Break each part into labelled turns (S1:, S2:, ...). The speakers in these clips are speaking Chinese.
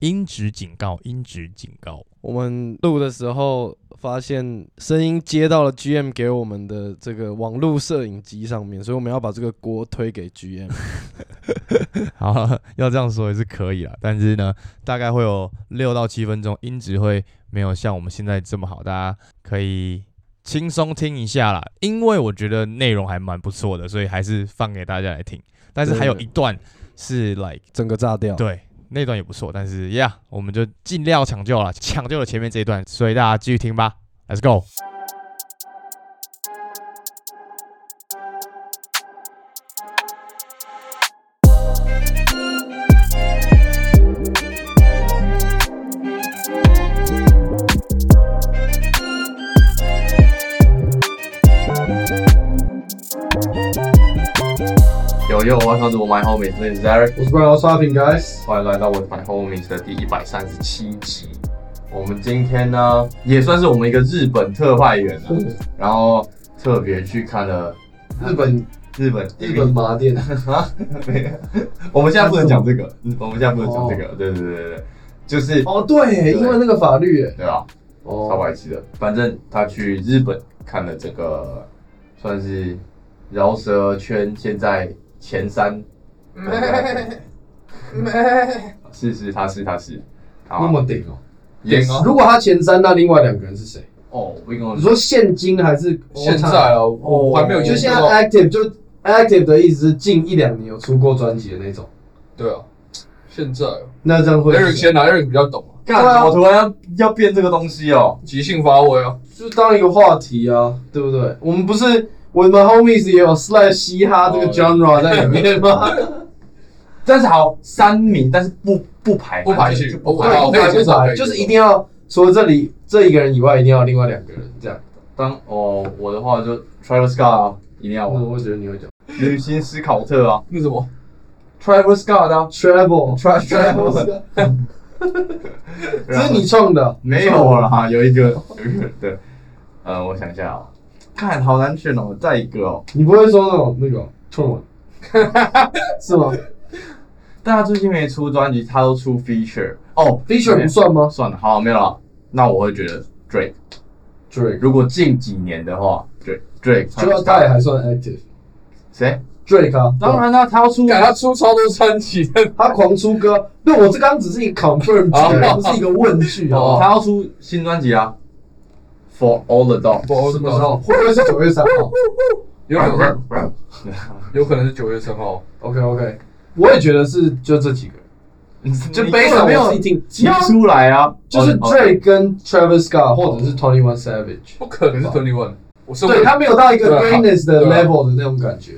S1: 音质警告，音质警告。
S2: 我们录的时候发现声音接到了 GM 给我们的这个网络摄影机上面，所以我们要把这个锅推给 GM。
S1: 好，要这样说也是可以啦，但是呢，大概会有六到七分钟音质会没有像我们现在这么好，大家可以轻松听一下啦。因为我觉得内容还蛮不错的，所以还是放给大家来听。但是还有
S2: 对
S1: 一段是 like
S2: 整个炸掉。
S1: 对。那段也不错，但是呀我们就尽量抢救了，抢救了前面这一段，所以大家继续听吧，Let's go。
S3: 有有，我看我买 homies，那是 Eric，
S2: 我是不要刷屏，guys。
S3: 欢迎来到我的买 homies 的第一百三十七集。我们今天呢，也算是我们一个日本特派员了，然后特别去看了
S4: 日本
S3: 日本
S4: 日本 麻店，
S3: 啊，没有，我们现在不能讲这个，嗯我们现在不能讲这个，对对对对对，就是
S4: 哦，对，因为那个法律耶，
S3: 对吧？超
S4: 哦，
S3: 白痴的，反正他去日本看了这个，算是饶舌圈现在前三，是是，他是他是，好
S4: 那么顶哦。
S3: 严哦。
S4: 如果他前三，那另外两个人是谁？
S3: 哦，我跟
S4: 你说现金还是哦
S3: 现在啊，我还没有
S4: 就
S3: 研究
S4: 现在
S3: 到。
S4: active 就 active 的意思是近一两年有出过专辑的那种。
S5: 对啊，现在哦
S4: 那这样会
S5: Eric 先来，Eric 比较懂啊，
S3: 干，
S4: 对啊
S3: 我突然要要变这个东西哦。
S5: 即兴发挥啊，
S4: 就当一个话题啊，对不对？我们不是我们 homies 也有 slash 嘻哈这个
S5: 哦
S4: genre 在里面 吗？
S3: 但是好，三名，但是不不排
S5: 不排序
S3: 就
S5: 不排
S3: 排
S5: 序
S3: 序。
S4: 对，不排不排，就是一定要除了这里这一个人以外，一定要有另外两个人这样。
S3: 当哦，我的话就 Travis Scott 啊，一定要
S4: 我
S3: 玩。
S4: 我觉得你会讲
S3: 旅行思考特啊
S5: 那什么，
S3: ，Travis Scott 啊
S4: travel。
S3: ，Travis
S4: 这是你创的？
S3: 没有
S4: 啊
S3: 啦，有一个有一个对，呃，我想一下哦，看好难选哦，再一个哦，
S4: 你不会说那种那个中 文是吗
S3: 但他最近没出专辑，他都出 feature 哦
S4: ？Feature 不算吗
S3: 算了，好没有了，那我会觉得 Drake。
S4: ？Drake
S3: 如果近几年的话，Drake Drake
S4: 就要他也还算 active。
S3: 谁？
S4: Drake 啊，
S3: 当然啦、他要出
S5: 感他出超多专辑的，
S4: 他狂出歌。那我这刚只是一个 confirm 句，
S5: 哦
S4: 不是一个问句
S3: 哦
S4: 哦。
S3: 他要出新专辑啊，For All the Dogs。
S4: 什么时候？会不会是九月三号
S5: 有可能， 有可能是九月三号，
S4: ？OK OK，我也觉得是就这几个，就 based on
S3: 没
S4: 我
S3: 有
S4: 自己听
S3: 提出来啊，
S4: 就是
S3: 哦
S4: Drake 跟 Travis Scott 或者是 Twenty One Savage。
S5: 不可能是 Twenty One，我是
S4: 对他没有到一
S5: 对
S4: 个
S5: 啊
S4: greatness 的
S5: 对啊
S4: level 的那种感觉，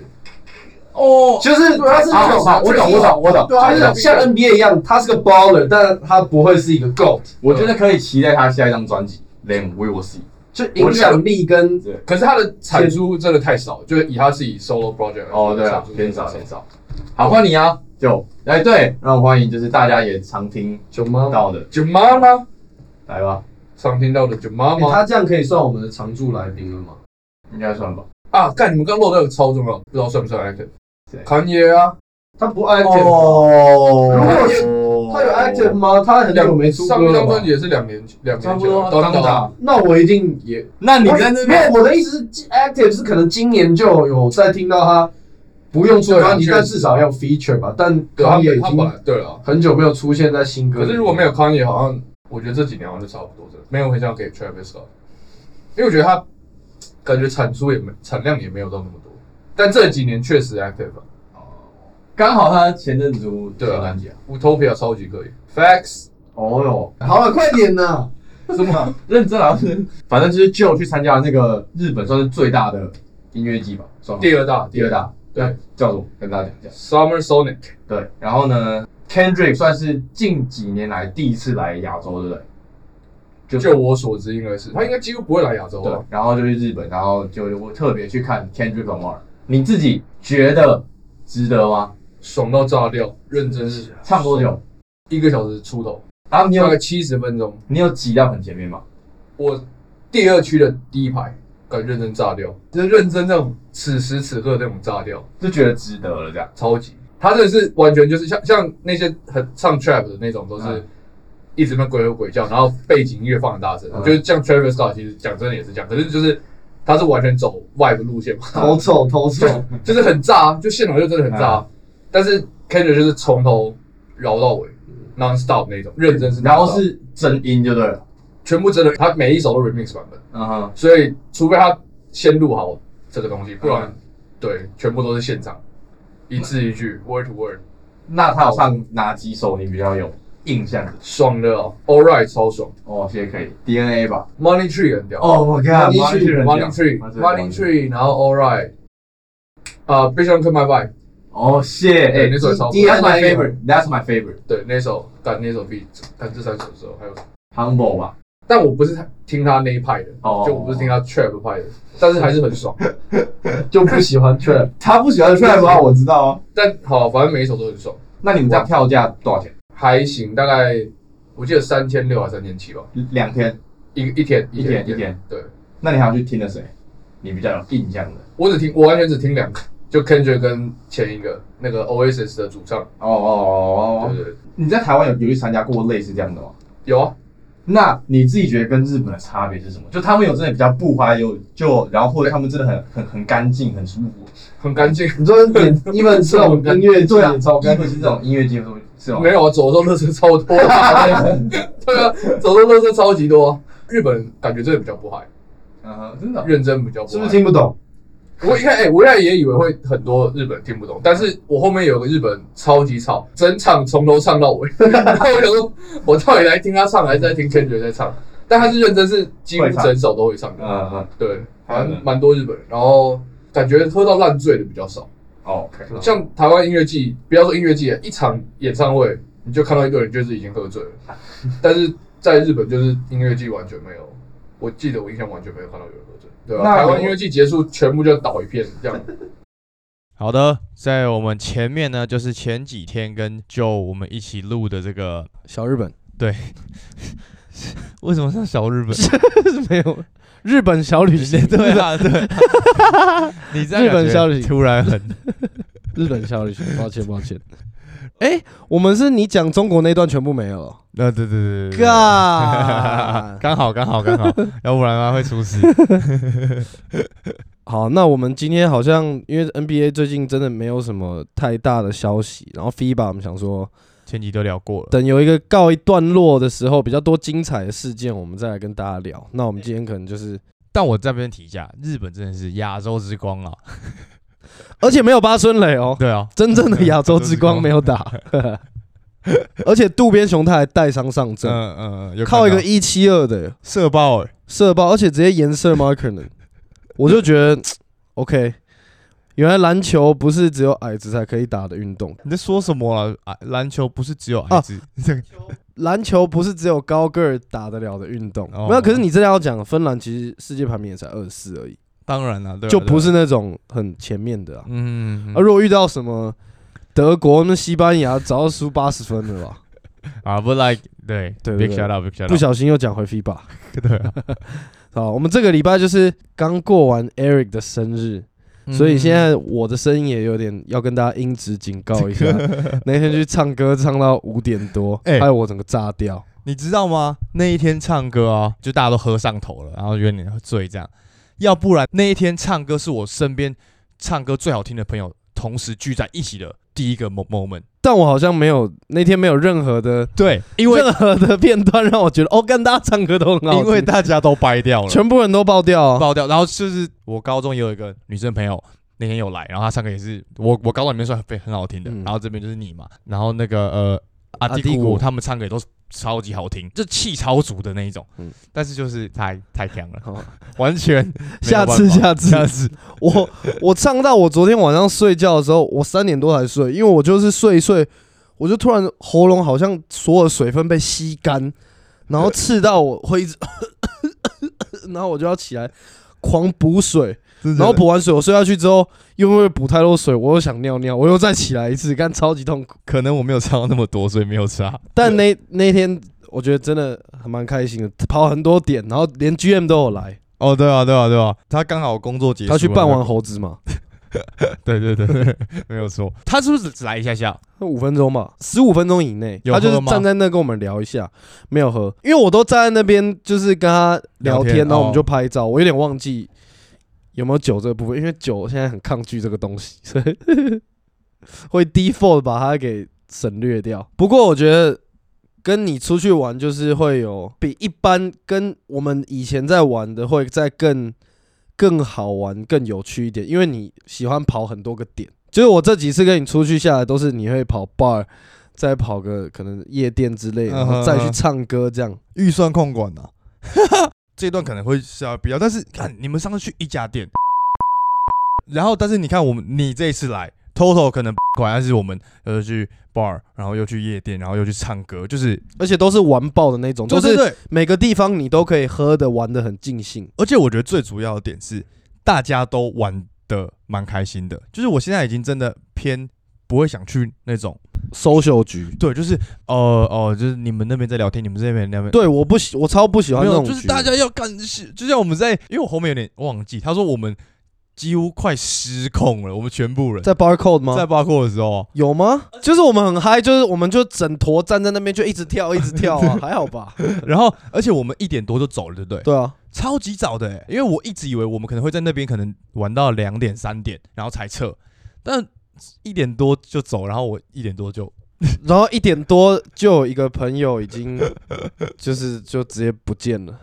S3: 哦，
S4: 就是他
S3: 好
S4: 是那
S3: 好
S4: 种
S3: 好，我懂我懂我懂，
S4: 对啊，就是像 NBA 一样，他是个 baller，但他不会是一个 GOAT，
S3: 我觉得可以期待他下一张专辑，Then We Will See。
S4: 就影响力跟
S5: 可是他的产出真的太少，就是以他自己 solo project
S3: 哦，对啊
S5: 啊，，
S3: 偏少偏少。好，换你啊，就哎对，让我欢迎就是大家也常听
S4: 九妈妈。
S3: 到的，
S5: j a m a m
S3: 来吧，
S5: 常听到的 j a m a
S4: 欸
S5: m
S4: 他这样可以算我们的常驻来宾了吗？
S3: 应该算吧。
S5: 啊，干你们刚漏掉一个超重要，不知道算不算 active，
S3: 谁
S5: 康耶啊，
S4: 他不 active，
S3: 哦
S4: 他有 active 吗？他很久没出
S5: 上
S4: 歌
S5: 一
S4: 了
S5: 张专
S4: 吧
S5: 辑？也是两年两
S3: 差
S5: 年
S3: 不
S5: 前
S3: 多哎
S5: 了，
S3: 啊，当
S5: 打
S3: 打。
S4: 那我一定也。
S3: 那你
S4: 我
S3: 在那
S4: 没
S3: 边
S4: 有，我的意思是，active 是可能今年就有在听到他不用出专辑，
S5: 对
S4: 但至少要 feature 吧。但
S5: 对，他
S4: 他也
S5: 本
S4: 已
S5: 他本
S4: 经
S5: 来对啊了。
S4: 很久没有出现在新歌。
S5: 可是如果没有，康也，好像我觉得这几年好像就差不多这，没有很想给 Travis Scott，因为我觉得他感觉产出也没产量也没有到那么多，但这几年确实 active 啊
S3: 刚好他前阵子出
S5: 对啊
S3: 专辑啊。
S5: ，Utopia 超级可以，Facts
S3: 哦哟，
S4: 好了，快点呐！
S3: 什么认真啊？反正就是就去参加那个日本算是最大的音乐季吧，算吗
S5: 第二大，
S3: 第二大，
S5: 对，
S3: 叫什么？跟大家讲一下。
S5: Summer Sonic，
S3: 对，然后呢，Kendrick 算是近几年来第一次来亚洲，对不对？
S5: 就我所知应该是他应该几乎不会来亚洲
S3: 对
S5: 啊，，
S3: 然后就去日本，然后就我特别去看 Kendrick Lamar。你自己觉得值得吗？
S5: 爽到炸掉，认真是
S3: 唱多久？
S5: 一个小时出头，
S3: 然后你
S5: 大概
S3: 有
S5: 七十分钟，
S3: 你有挤到很前面吗？
S5: 我第二区的第一排，敢认真炸掉，就是认真那种此时此刻那种炸掉。
S3: 就觉得值得了这样。
S5: 超级，他真的是完全就是像像那些很唱 trap 的那种，都是
S3: 嗯
S5: 一直在那边鬼吼鬼叫，然后背景音乐放很大声。我觉得像 Travis Scott 其实讲真的也是这样，可是就是他是完全走 vibe 路线嘛，
S4: 头丑头丑，
S5: 就是很炸，啊就现场就真的很炸。啊但是 Kendrick 就是从头绕到尾，non stop 那种，认嗯真是 non-stop，
S6: 然后是真音就对了，
S5: 全部真的，他每一首都 remix 版本，
S6: 嗯哼，
S5: 所以除非他先录好这个东西，不然、对全部都是现场，一字一句 word to word，
S6: 那他有唱哪几首你比较有印象的？
S5: 爽的哦，All right 超爽
S6: 哦，谢谢可以，DNA 吧。
S5: ，Money Tree 很屌
S6: 哦，我看
S4: Money Tree，
S5: ，Money
S6: 啊
S5: Tree，Money Tree，然后 All right，啊、b i t c h on to my vibe，
S6: 哦，谢，哎
S5: 对那首也超酷
S6: That's my favorite，That's my favorite，Humble
S5: 对那首干那首 beat，干这三首之后还有，
S6: 吧，
S5: 但我不是听他那一派的
S6: 哦
S5: 就我不是听他 trap 派的，但是还是很爽。
S4: 就不喜欢 trap，
S6: 他不喜欢 trap 啊，我知道啊。
S5: 但好，反正每一首都很爽，
S6: 那你们这样票价多少钱？
S5: 还行，大概我记得三千六还是三千七吧，
S6: 两天，
S5: 一一天
S6: 一天一天。
S5: 对，
S6: 那你还要去听了谁？你比较有印象的？
S5: 我只听，我完全只听两个，就 Kendrick 跟前一个那个 Oasis 的主唱，
S6: 哦哦
S5: 对
S6: 哦，
S5: 对对，
S6: 你在台湾有有去参加过类似这样的吗？
S5: 有啊，
S6: 那你自己觉得跟日本的差别是什么？就他们有真的比较不花，有就然后或者他们真的很很很干净，很舒服。
S5: 很干净。
S4: 你说点 even 这种音乐
S6: 对啊，
S4: 也超干
S6: 尤其
S4: 净
S6: 是这种音乐节目这种
S5: 没有啊，走的时候乐色超 多，对啊，走的时候乐色超级多。日本感觉真的比较不嗨，
S6: 嗯
S7: 啊
S6: 哼，真的哦
S5: 认真比较不
S4: 是
S5: 嗨
S4: 不是听不懂？
S5: 我一开哎、我一开始也以为会很多日本听不懂，但是我后面有个日本超级吵，整场从头唱 到尾，然后我想说，我到底来听他唱还是在听 Kendrick 在唱？但他是认真，是几乎
S6: 会唱
S5: 整首都会唱的，
S6: 嗯嗯
S5: 对，
S6: 还有
S5: 蛮
S6: 呢
S5: 蛮多日本人，然后感觉喝到烂醉的比较少，
S6: 哦，OK，
S5: 像台湾音乐季，不要说音乐季，一场演唱会你就看到一堆人就是已经喝醉了，但是在日本就是音乐季完全没有，我记得我印象完全没有看到有人喝醉，对吧、
S6: 那
S5: 台
S6: 我
S5: 湾音乐季结束全部就倒一片这样。
S3: 好的，在我们前面呢，就是前几天跟 Joe 我们一起录的这个，
S7: 小日本
S3: 为什么像小日 本？
S7: 没有日本小旅 行，
S3: 对啊，对， 你这样
S7: 日本
S3: 感觉
S7: 效率
S3: 突然很
S7: 日本小 旅行，抱歉抱歉。哎、我们是你讲中国那段全部没有了，
S3: 呃，对对对对对，
S7: God
S3: 刚好刚好刚好，要不然的话会出 事。
S7: 好，那我们今天好像因为 NBA 最近真的没有什么太大的消息，然后 FIBA 我们想说
S3: 前集都聊过了，
S7: 等有一个告一段落的时候，比较多精彩的事件，我们再来跟大家聊。那我们今天可能就是，
S3: 但我这边提一下，日本真的是亚洲之光 啊！
S7: 而且没有八村垒哦，
S3: 对啊，
S7: 真正的亚洲之光没有 打，而且渡边雄太还带伤上
S3: 嗯
S7: 阵，
S3: 嗯嗯，有
S7: 靠一个
S3: 看到
S7: 一七二的
S3: 射爆欸，
S7: 射爆，而且直接颜射 m a r k e n 我就觉得 OK，原来篮球不是只有矮子才可以打的运动，
S3: 你在说什么啊？啊篮球不是只有
S7: 啊
S3: 矮子，
S7: 篮球不是只有高个儿打得了的运动。
S3: 哦
S7: 没有，可是你真的要讲，芬兰其实世界排名也才二十四而已，
S3: 当然了，对啊，
S7: 就
S3: 对啊
S7: 不是那种很前面的啊。
S3: 嗯，嗯
S7: 啊，
S3: 嗯
S7: 如果遇到什么德国、那西班牙，早就输八十分了吧？
S3: 啊，不 like 对
S7: 对对
S3: ，big
S7: 对
S3: shout out，big shout out，
S7: 不小心又讲回 FIBA。
S3: 对啊，
S7: 好，我们这个礼拜就是刚过完 Eric 的生日，
S3: 嗯
S7: 所以现在我的声音也有点要跟大家音质警 告一下。那天去唱歌唱到五点多，
S3: 哎
S7: 害我整个炸掉。
S3: 你知道吗？那一天唱歌啊，就大家都喝上头了，然后有点醉这样。要不然那一天唱歌是我身边唱歌最好听的朋友同时聚在一起的第一个 mo- moment。
S7: 但我好像没有那天没有任何的
S3: 对，因为
S7: 任何的片段让我觉得哦，跟大家唱歌都很好
S3: 因
S7: 听，
S3: 为大家都掰掉了，
S7: 全部人都爆掉、啊。
S3: 爆掉。然后就是我高中也有一个女生朋友，那天有来，然后她唱歌也是我我高中里面算非很好听的，
S7: 嗯
S3: 然后这边就是你嘛，然后那个呃阿
S7: 阿
S3: 迪
S7: 迪
S3: 古
S7: 古
S3: 他们唱歌也都超级好听，就气超足的那一种。
S7: 嗯
S3: 但是就是太太强了，
S7: 好
S3: 完全没有
S7: 下
S3: 办
S7: 次，
S3: 法
S7: 下次，
S3: 下次。
S7: 我我唱到我昨天晚上睡觉的时候，我三点多才睡，因为我就是睡一睡，我就突然喉咙好像所有水分被吸干，然后刺到我会一直， 然后我就要起来狂补水，然
S3: 然
S7: 后
S3: 后
S7: 补完水我睡下去之后，又因为补太多水，我又想尿尿，我又再起来一次，干超级痛苦。
S3: 可能我没有唱到那么多，所以没有差。
S7: 但那那天我觉得真的还蛮开心的，跑很多点，然后连 GM 都有来，
S3: 哦，对啊，对啊，对啊，他刚好工作结束，
S7: 他去办完，猴子嘛，
S3: 对对对对，没有错。 他是不是只来一下下？
S7: 那五分钟吧，十五分钟以内，
S3: 有
S7: 他就是
S3: 喝吗
S7: 站在那跟我们聊一下，没有喝，因为我都站在那边就是跟他聊
S3: 聊
S7: 天，
S3: 天
S7: 然后我们
S3: 哦
S7: 就拍照，我有点忘记有没有酒这个部分，因为酒现在很抗拒这个东西，所以 会 default 把它给省略掉。不过我觉得跟你出去玩就是会有比一般跟我们以前在玩的会再更更好玩、更有趣一点，因为你喜欢跑很多个点。就是我这几次跟你出去下来，都是你会跑 bar，再跑个可能夜店之类的，然
S3: 嗯哼
S7: 后再去唱歌这样。
S3: 预算控管 呐、啊，这一段可能会是要比较，但是看你们上次去一家店，然后但是你看我们你这一次来，total 可能管，但是我们呃去 bar，然后又去夜店，然后又去唱歌，就是
S7: 而且都是玩爆的那种，就
S3: 对
S7: 是
S3: 对对，
S7: 每个地方你都可以喝的、玩的很尽兴。
S3: 而且我觉得最主要的点是，大家都玩的蛮开心的，就是我现在已经真的偏不会想去那种，
S7: social 局，
S3: 对，就是呃哦，就是你们那边在聊天，你们这边那边
S7: 对，我不喜，我超不喜欢
S3: 没
S7: 那
S3: 有，
S7: 种局。
S3: 就是大家要干事，就像我们在，因为我后面有点忘记，他说我们几乎快失控了，我们全部人
S7: 在 barcode 吗？
S3: 在包括的时候，哦
S7: 有吗？就是我们很嗨，就是我们就整坨站在那边就一直跳，一直跳啊，还好吧？
S3: 然后而且我们一点多就走了，对不对？
S7: 对啊，
S3: 超级早的、欸，因为我一直以为我们可能会在那边可能玩到两点三点，然后才撤，但一点多就走，然后我一点多就
S7: 然后一点多就有一个朋友已经就是就直接不见了，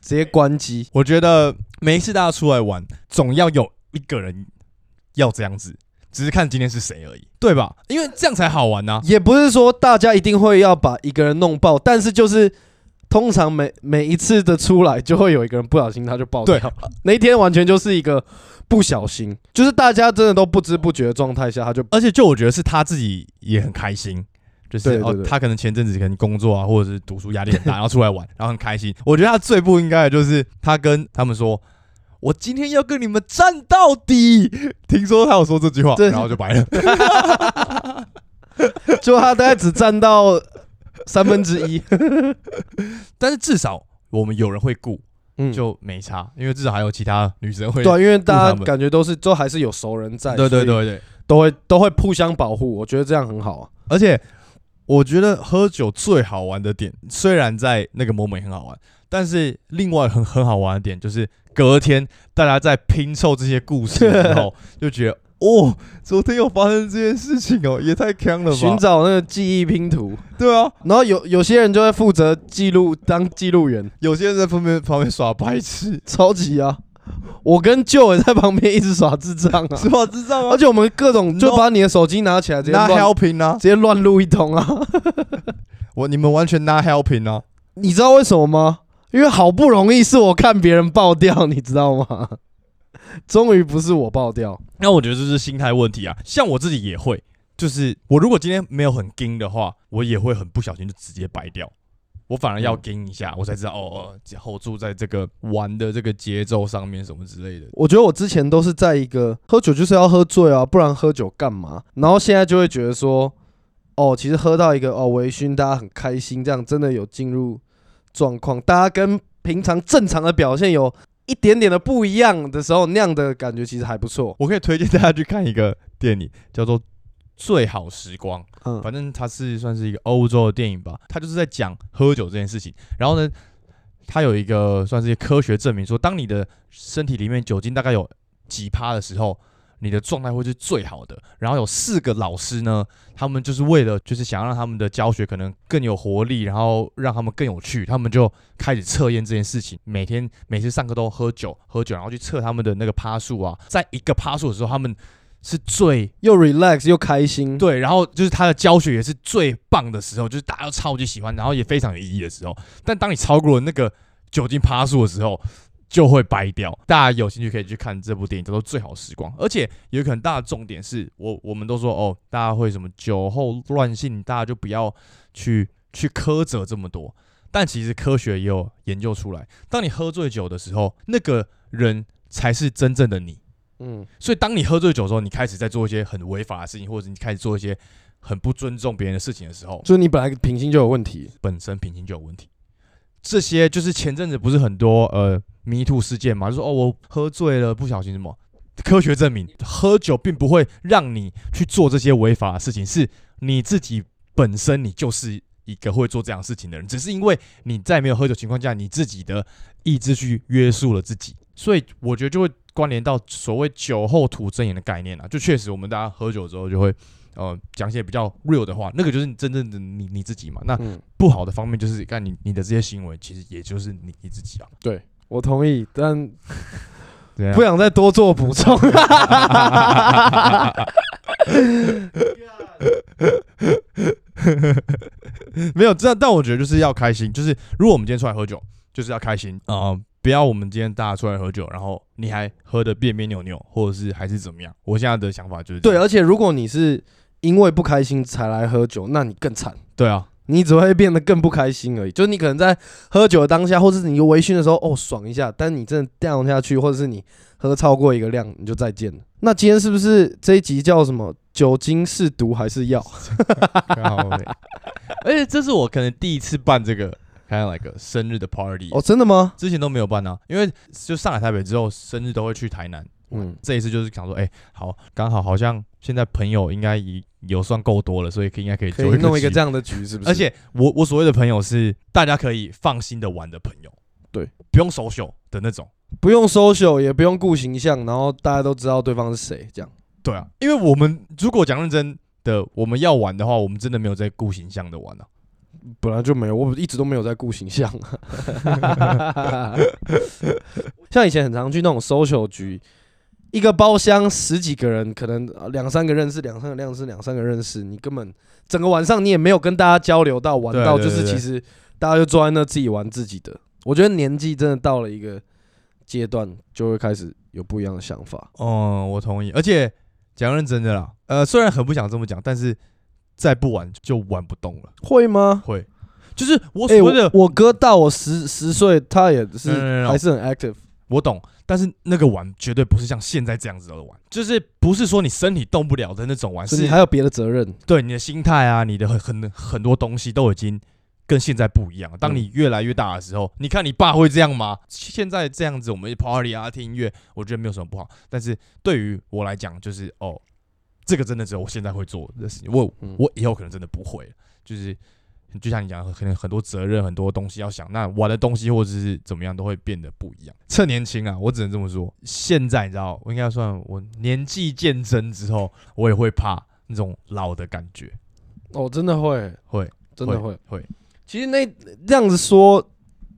S7: 直接关机。
S3: 我觉得每一次大家出来玩，总要有一个人要这样子，只是看今天是谁而已，对吧？因为这样才好 玩呐、啊
S7: 也不是说大家一定会要把一个人弄爆，但是就是通常每每一次的出来，就会有一个人不小心他就爆掉
S3: 对。
S7: 那一天完全就是一个不小心，就是大家真的都不知不觉的状态下，他就
S3: 而且就我觉得是他自己也很开心，就是
S7: 对对对
S3: 哦，他可能前阵子可能工作啊，或者是读书压力很大，然后出来玩，然后很开心。我觉得他最不应该的就是他跟他们说。我今天要跟你们战到底。听说他有说这句话，
S7: 对
S3: 然后就白了。
S7: 就他大概只占到三分之一。
S3: 但是至少我们有人会顾，
S7: 嗯，
S3: 就没差，因为至少还有其他女生会。
S7: 对啊啊、因为大
S3: 他
S7: 家
S3: 们
S7: 感觉都是都还是有熟人在，
S3: 对对
S7: 所以
S3: 对对。
S7: 都会都会互相保护，我觉得这样很好啊。
S3: 而且我觉得喝酒最好玩的点，虽然在那个 moment 很好玩，但是另外很很好玩的点就是隔天大家在拼凑这些故事的时候， 就觉得哦，昨天又发生这件事情哦，也太坑了
S7: 寻
S3: 吧？
S7: 找那个记忆拼图，
S3: 对啊，
S7: 然后有有些人就会负责记录当记录员，
S3: 有些人在旁边旁边耍白痴，
S7: 超级啊！我跟舅也在旁边一直耍智障 啊，
S3: 是吧？智障
S7: 而
S3: 啊，
S7: 且我们各种
S3: No
S7: 就把你的手机拿起来，直接
S3: 拿
S7: 乱
S3: helping 啊，
S7: 直接乱录一通啊！
S3: 我你们完全拿 helping 啊，
S7: 你知道为什么吗？因为好不容易是我看别人爆掉，你知道吗？终于不是我爆掉，
S3: 那我觉得这是心态问题啊。像我自己也会，就是我如果今天没有很盯的话，我也会很不小心就直接掰掉。我反而要盯一下，我才知道哦，哦，hold 住在这个玩的这个节奏上面什么之类的。
S7: 我觉得我之前都是在一个喝酒就是要喝醉啊，不然喝酒干嘛？然后现在就会觉得说，哦，其实喝到一个哦微醺，大家很开心，这样真的有进入状况，大家跟平常正常的表现有一点点的不一样的时候，那样的感觉其实还不错。
S3: 我可以推荐大家去看一个电影，叫做《最好时光》。
S7: 嗯，
S3: 反正它是算是一个欧洲的电影吧，它就是在讲喝酒这件事情。然后呢，它有一个算是一个科学证明说，当你的身体里面酒精大概有几趴的时候，你的状态会是最好的。然后有四个老师呢，他们就是为了就是想让他们的教学可能更有活力，然后让他们更有趣，他们就开始测验这件事情。每天每次上课都喝酒，喝酒，然后去测他们的那个趴数啊，在一个趴数的时候，他们是最
S7: 又 relax 又开心，
S3: 对，然后就是他的教学也是最棒的时候，就是大家都超级喜欢，然后也非常有意义的时候。但当你超过了那个酒精趴数的时候，就会掰掉。大家有兴趣可以去看这部电影，叫做《最好时光》。而且有一个很大的重点是，我我们都说哦，大家会什么酒后乱性，大家就不要去去苛责这么多。但其实科学也有研究出来，当你喝醉酒的时候，那个人才是真正的你。
S7: 嗯，
S3: 所以当你喝醉酒的时候，你开始在做一些很违法的事情，或者你开始做一些很不尊重别人的事情的时候，
S7: 就是你本来品性就有问题，
S3: 本身品行就有问题。这些就是前阵子不是很多呃迷途事件嘛，就说哦我喝醉了不小心什么，科学证明，喝酒并不会让你去做这些违法的事情，是你自己本身你就是一个会做这样的事情的人，只是因为你在没有喝酒情况下，你自己的意志去约束了自己，所以我觉得就会关联到所谓酒后吐真言的概念啊，就确实我们大家喝酒之后就会。呃，讲一些比较 real 的话，那个就是你真正的你你自己嘛。那
S7: 嗯
S3: 不好的方面就是，看你你的这些行为，其实也就是你你自己啊。
S7: 对，我同意，但
S3: 对啊
S7: 不想再多做补 充。
S3: 没有，但但我觉得就是要开心，就是如果我们今天出来喝酒，就是要开心啊、呃不要我们今天大家出来喝酒，然后你还喝的别别扭扭，或者是还是怎么样。我现在的想法就是这
S7: 对，
S3: 样，
S7: 而且如果你是因为不开心才来喝酒，那你更惨，
S3: 对啊，
S7: 你只会变得更不开心而已。就是你可能在喝酒的当下，或是你微醺的时候，哦，爽一下，但你真的 down 下去，或者是你喝超过一个量，你就再见了。那今天是不是这一集叫什么？酒精是毒还是药？
S3: 靠北 而且这是我可能第一次办这个 kind of like a 生日的 party，、
S7: 哦，真的吗？
S3: 之前都没有办啊，因为就上海、台北之后，生日都会去台南。
S7: 嗯，
S3: 这一次就是想说，哎、好，刚好好像现在朋友应该也有算够多了，所以可以应该可以
S7: 嗯可
S3: 做
S7: 以弄一个
S3: 集
S7: 这样的局，是不是？
S3: 而且我我所谓的朋友是大家可以放心的玩的朋友，
S7: 对，
S3: 不用手袖的那种。
S7: 不用 social，也不用顾形象，然后大家都知道对方是谁，这样。
S3: 对啊，因为我们如果讲认真的，我们要玩的话，我们真的没有在顾形象的玩啊。
S7: 本来就没有，我一直都没有在顾形象。 像以前很常去那种 social 局，一个包厢十几个人，可能呃两三个认识，两三个认识，两三个认识，你根本整个晚上你也没有跟大家交流到玩
S3: 对
S7: 到，
S3: 对
S7: 就
S3: 对
S7: 是
S3: 对
S7: 其实大家就坐在那自己玩自己的。我觉得年纪真的到了一个阶段，就会开始有不一样的想法。
S3: 嗯，我同意。而且讲认真的啦，呃，虽然很不想这么讲，但是再不玩就玩不动了。
S7: 会吗？
S3: 会，就是我
S7: 哎、
S3: 所谓的、
S7: 我我哥大我十十岁，他也是、
S3: No, no, no, no.
S7: 还是很 active。
S3: 我懂，但是那个玩绝对不是像现在这样子的玩，就是不是说你身体动不了的那种玩，
S7: 所以
S3: 是
S7: 你还有别的责任，
S3: 对你的心态啊，你的很很很多东西都已经跟现在不一样了。当你越来越大的时候，你看你爸会这样吗？现在这样子，我们 party 啊，听音乐，我觉得没有什么不好。但是对于我来讲，就是哦，这个真的只有我现在会做的事情，我
S7: 嗯
S3: 我以后可能真的不会了。就是就像你讲的，可能很多责任、很多东西要想，那玩的东西或者是怎么样，都会变得不一样。趁年轻啊，我只能这么说。现在你知道，我应该算我年纪渐增之后，我也会怕那种老的感觉，
S7: 哦，真的会，
S3: 会
S7: 真的会。
S3: 会。
S7: 其实那这样子说，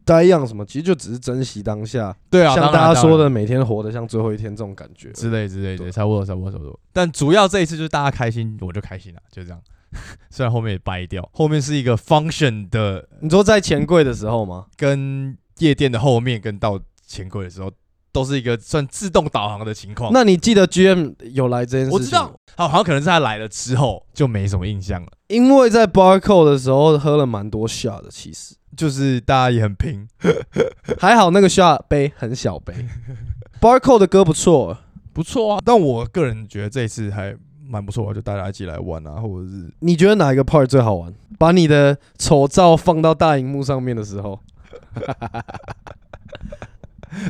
S7: 呆样什么，其实就只是珍惜当下，
S3: 对啊，
S7: 像
S3: 当然
S7: 大家说
S3: 当
S7: 的，
S3: 然
S7: 每天活得像最后一天这种感觉。
S3: 之类之类
S7: 对
S3: 的，差不多差不多差不多。但主要这一次就是大家开心，我就开心了，就这样。 虽然后面也掰掉，后面是一个 function 的
S7: 你说在钱柜的时候吗？
S3: 跟夜店的后面跟到钱柜的时候，都是一个算自动导航的情况。
S7: 那你记得 GM 有来这件事情？
S3: 哦我知道，，好，好像可能是他来了之后就没什么印象了，
S7: 因为在 Barco 的时候喝了蛮多 shot 的，其实
S3: 就是大家也很拼，
S7: 还好那个 shot 杯很 小杯。Barco 的歌不错，
S3: 不错啊。但我个人觉得这一次还蛮不错啊，就大家一起来玩啊，或者是
S7: 你觉得哪一个 part 最好玩？把你的丑照放到大荧幕上面的时候，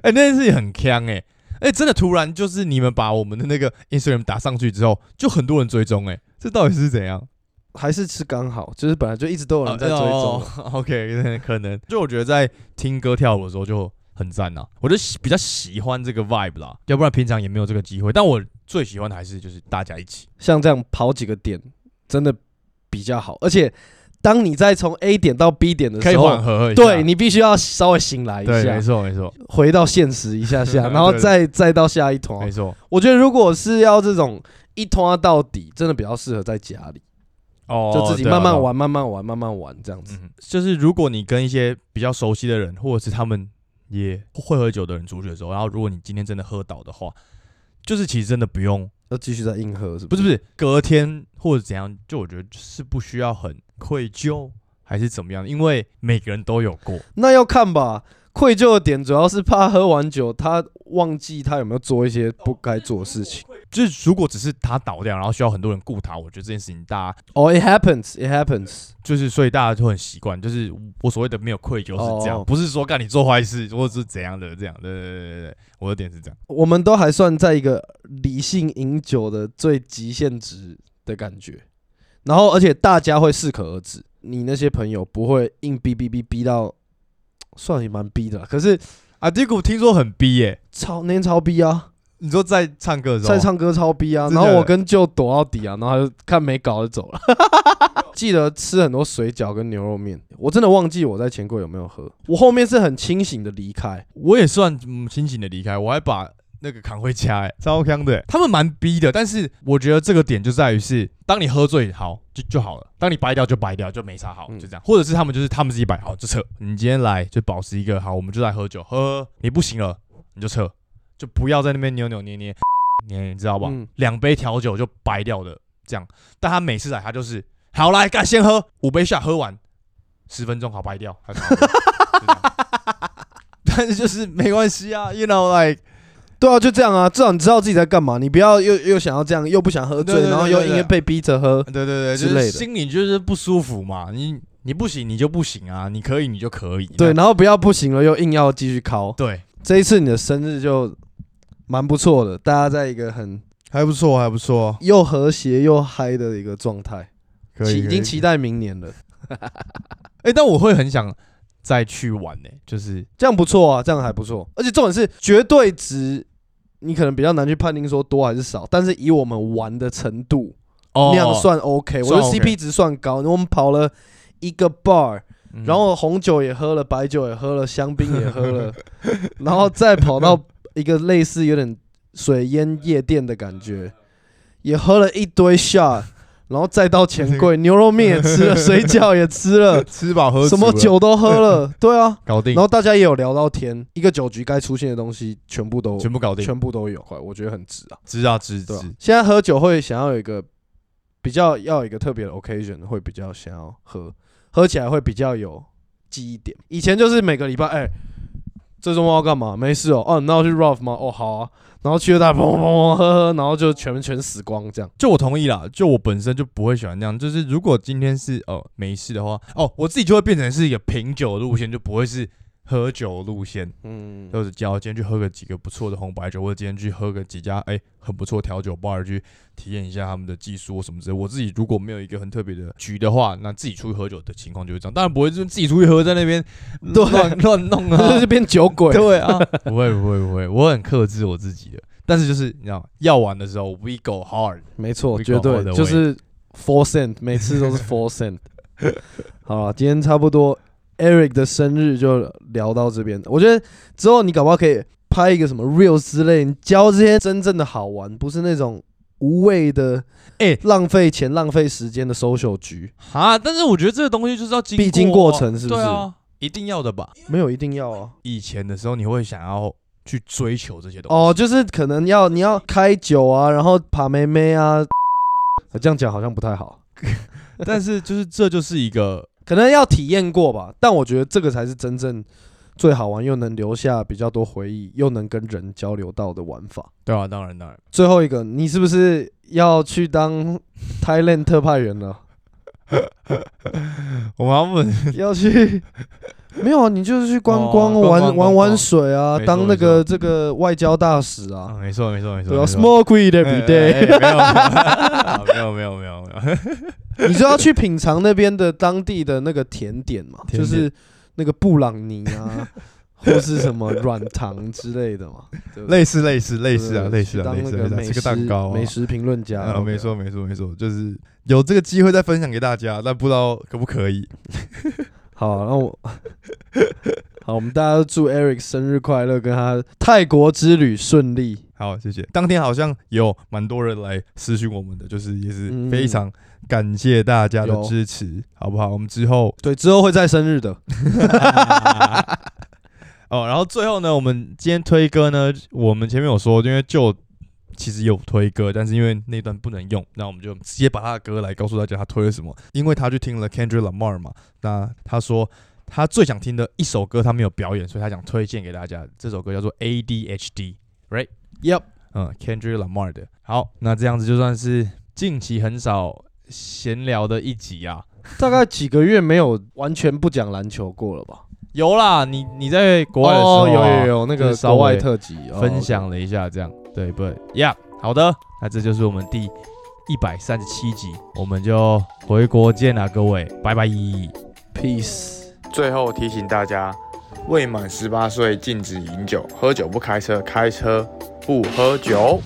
S3: 哎、那件事情很坑哎、哎、真的突然就是你们把我们的那个 Instagram 打上去之后，就很多人追踪哎、这到底是怎样？
S7: 还是是刚好，就是本来就一直都有人在追踪啊
S3: 哦。哦 OK，可能就我觉得在听歌跳舞的时候就很赞呐、我就喜比较喜欢这个 vibe 啦，要不然平常也没有这个机会。但我最喜欢的还是就是大家一起，
S7: 像这样跑几个点，真的比较好。而且，当你在从 A 点到 B 点的
S3: 可以
S7: 时
S3: 缓
S7: 候，
S3: 和一下。
S7: 对你必须要稍微醒来一
S3: 对，
S7: 下
S3: 没，错没错
S7: 回到现实一下下，
S3: 对
S7: 然后再再到下一
S3: 没
S7: 团。
S3: 错。
S7: 我觉得如果是要这种一团到底，真的比较适合在家里，
S3: 哦
S7: 就自己慢慢。玩、慢慢玩、慢慢玩这样子。
S3: 嗯，就是如果你跟一些比较熟悉的人，或者是他们也会喝酒的人出去的时候，然后如果你今天真的喝倒的话，就是其实真的不用，
S7: 要继续再硬喝，是
S3: 不
S7: 不
S3: 是
S7: 是？
S3: 不是隔天或者怎样，就我觉得是不需要很愧疚还是怎么样，因为每个人都有过。
S7: 那要看吧。愧疚的点主要是怕喝完酒，他忘记他有没有做一些不该做的事情。
S3: 就是如果只是他倒掉，然后需要很多人顾他，我觉得这件事情大家
S7: 哦、i t happens，it happens。
S3: 就是所以大家就很习惯，就是我所谓的没有愧疚是这样，
S7: 哦
S3: 不是说干你做坏事或者是怎样的这样，对对对对对，我的点是这样，
S7: 我们都还算在一个理性饮酒的最极限值的感觉，然后而且大家会适可而止，你那些朋友不会硬逼逼逼逼到，算也蛮逼的啦，可是
S3: 啊，这个我听说很逼耶、
S7: 超那天超逼啊，
S3: 你说在唱歌的时候，
S7: 在唱歌超逼啊，
S3: 哦真的
S7: 然后我跟舅躲到底啊，然后他就看没搞就 走了。记得吃很多水饺跟牛肉面，我真的忘记我在钱柜有没有喝。我后面是很清醒的离开，
S3: 我也算嗯清醒的离开，我还把那个扛回家、欸，超香的欸、他们蛮逼的，但是我觉得这个点就在于是，当你喝醉好就就好了，当你掰掉就掰掉，就没啥好，
S7: 嗯
S3: 就这样。或者是他们就是他们自己摆好就撤，你今天来就保持一个好，我们就来喝酒，喝你不行了你就撤，就不要在那边扭扭捏捏，你你知道吧
S7: 嗯？
S3: 两、杯调酒就掰掉的这样，但他每次来他就是好来干先喝五杯下喝完，十分钟好掰掉，他就好了就这样 但是就是没关系啊，you know like
S7: 对啊，就这样啊，至少你知道自己在干嘛，你不要又又想要这样，又不想喝醉，
S3: 对对对
S7: 然后又
S3: 对对
S7: 因为被逼着喝。
S3: 对对对，就
S7: 之类
S3: 是
S7: 的
S3: 心里就是不舒服嘛，你你不行你就不行啊，你可以你就可以，
S7: 对，
S3: 那
S7: 然后不要不行了，又硬要继续考。
S3: 对，
S7: 这一次你的生日就蛮不错的，大家在一个很
S3: 还不错还不错，
S7: 又和谐又嗨的一个状态，
S3: 可
S7: 期已经期待明年了，
S3: 哎、但我会很想再去玩呢、就是
S7: 这样不错啊，这样还不错。而且重点是绝对值，你可能比较难去判定说多还是少，但是以我们玩的程度，
S3: 哦
S7: 那样算 OK，我觉
S3: 算
S7: 得
S3: OK
S7: CP 值算高。我们跑了一个 bar，
S3: 嗯
S7: 然后红酒也喝了，白酒也喝了，香槟也喝 了，然后再跑到一个类似有点水烟夜店的感觉，也喝了一堆 shot，然后再到钱柜，牛肉面也吃了，水饺也吃了，
S3: 吃饱喝
S7: 什么
S3: 足了
S7: 酒都喝了，对 啊。
S3: 搞定
S7: 然，后大家也有聊到天，一个酒局该出现的东西全部都
S3: 全部搞定，
S7: 全部都有，我觉得很值啊。
S3: 知啊知知
S7: 对、啊，现在喝酒会想要有一个比较，要有一个特别的 occasion，会比较想要喝，喝起来会比较有记忆点。以前就是每个礼拜，哎、这周末要干嘛？没事哦，哦，那要去 Ralph 吗？哦，好啊，然后去了大家砰砰砰喝喝，然后就全全死光这样。
S3: 就我同意啦，就我本身就不会喜欢那样。就是如果今天是哦没事的话，哦我自己就会变成是一个品酒的路线，就不会是喝酒路线。
S7: 嗯，
S3: 就是叫我今天去喝个几个不错的红白酒，或者今天去喝个几家哎、很不错调酒 bar 去体验一下他们的技术或什么之类。我自己如果没有一个很特别的局的话，那自己出去喝酒的情况就会这样。当然不会就是自己出去喝在那 边
S7: 对
S3: 乱乱弄啊，
S7: 就是变酒鬼。
S3: 对 啊，不会不会不会，我很克制我自己的。但是就是你知道，要玩的时候 we go hard，
S7: 没错，
S3: We
S7: 绝
S3: go all
S7: 对
S3: the way
S7: 就是 four cent，每次都是 four cent。好了，啊今天差不多 Eric 的生日就聊到这边。我觉得之后你搞不好可以拍一个什么 reels 之类，你教这些真正的好玩，不是那种无谓的
S3: 哎
S7: 浪费钱、浪费时间的 social 局，
S3: 啊！但是我觉得这个东西就是要经
S7: 必经
S3: 过
S7: 过
S3: 啊，
S7: 程是不
S3: 对
S7: 是？
S3: 啊，一定要的吧。
S7: 没有一定要啊。
S3: 以前的时候，你会想要去追求这些东西。
S7: 哦，就是可能要你要开酒啊，然后爬妹妹啊， 这样讲好像不太好。
S3: 但是就是这就是一个
S7: 可能要体验过吧，但我觉得这个才是真正最好玩，又能留下比较多回忆，又能跟人交流到的玩法。
S3: 对啊，当然当然，
S7: 最后一个，你是不是要去当 Thailand 特派 员了？
S3: 我们要问
S7: 要去？没有啊，你就是去观
S3: 哦观
S7: 光、
S3: 光
S7: 玩
S3: 观光
S7: 玩玩水啊，
S3: 没错
S7: 当那个这个外交大 使
S3: 啊，
S7: 啊，
S3: 没错没错没错，
S7: 对啊
S3: 没错
S7: ，smoke weed every
S3: 哎
S7: day，
S3: 哎没有没有没有没有没有 没有，哎
S7: 你就要去品尝那边的当地的那个甜点嘛，
S3: 甜点
S7: 就是那个布朗尼啊，或是什么软糖之类的嘛。
S3: 类似类似类似啊
S7: 对
S3: 类似啊
S7: 呃当
S3: 类
S7: 那
S3: 似
S7: 个
S3: 类似啊，
S7: 美
S3: 这个
S7: 食
S3: 蛋糕啊
S7: 美食评论家
S3: 啊，没，错没错没错，就是有这个机会再分享给大家，但不知道可不可以。
S7: 好，那我 好，我们大家都祝 Eric 生日快乐，跟他泰国之旅顺利。
S3: 好，谢谢。当天好像有蛮多人来私讯我们的，就是也是
S7: 嗯
S3: 非常感谢大家的
S7: 有
S3: 支持，好不好？我们之后
S7: 对，之后会在生 日的，
S3: 哦，然后最后呢，我们今天推歌呢，我们前面有说，因为就其实有推歌，但是因为那段不能用，那我们就直接把他的歌来告诉大家他推了什么。因为他去听了 Kendrick Lamar 嘛，那他说他最想听的一首歌他没有表演，所以他想推荐给大家，这首歌叫做 ADHD。
S7: Yep，
S3: 嗯，Kendrick Lamar 的。好，那这样子就算是近期很少闲聊的一集啊。
S7: 大概几个月没有完全不讲篮球过了吧？
S3: 有啦，你你在国外的时候啊、
S7: 哦，有有有，那
S3: 就
S7: 个
S3: 是稍
S7: 国外
S3: 微
S7: 特辑哦
S3: 分享了一下，这样对不对？Yeah，好的，那这就是我们第一百三十七集，我们就回国见啦，各位，拜拜。
S7: ，peace。
S8: 最后提醒大家，未满十八岁禁止饮酒，喝酒不开车，开车不喝酒。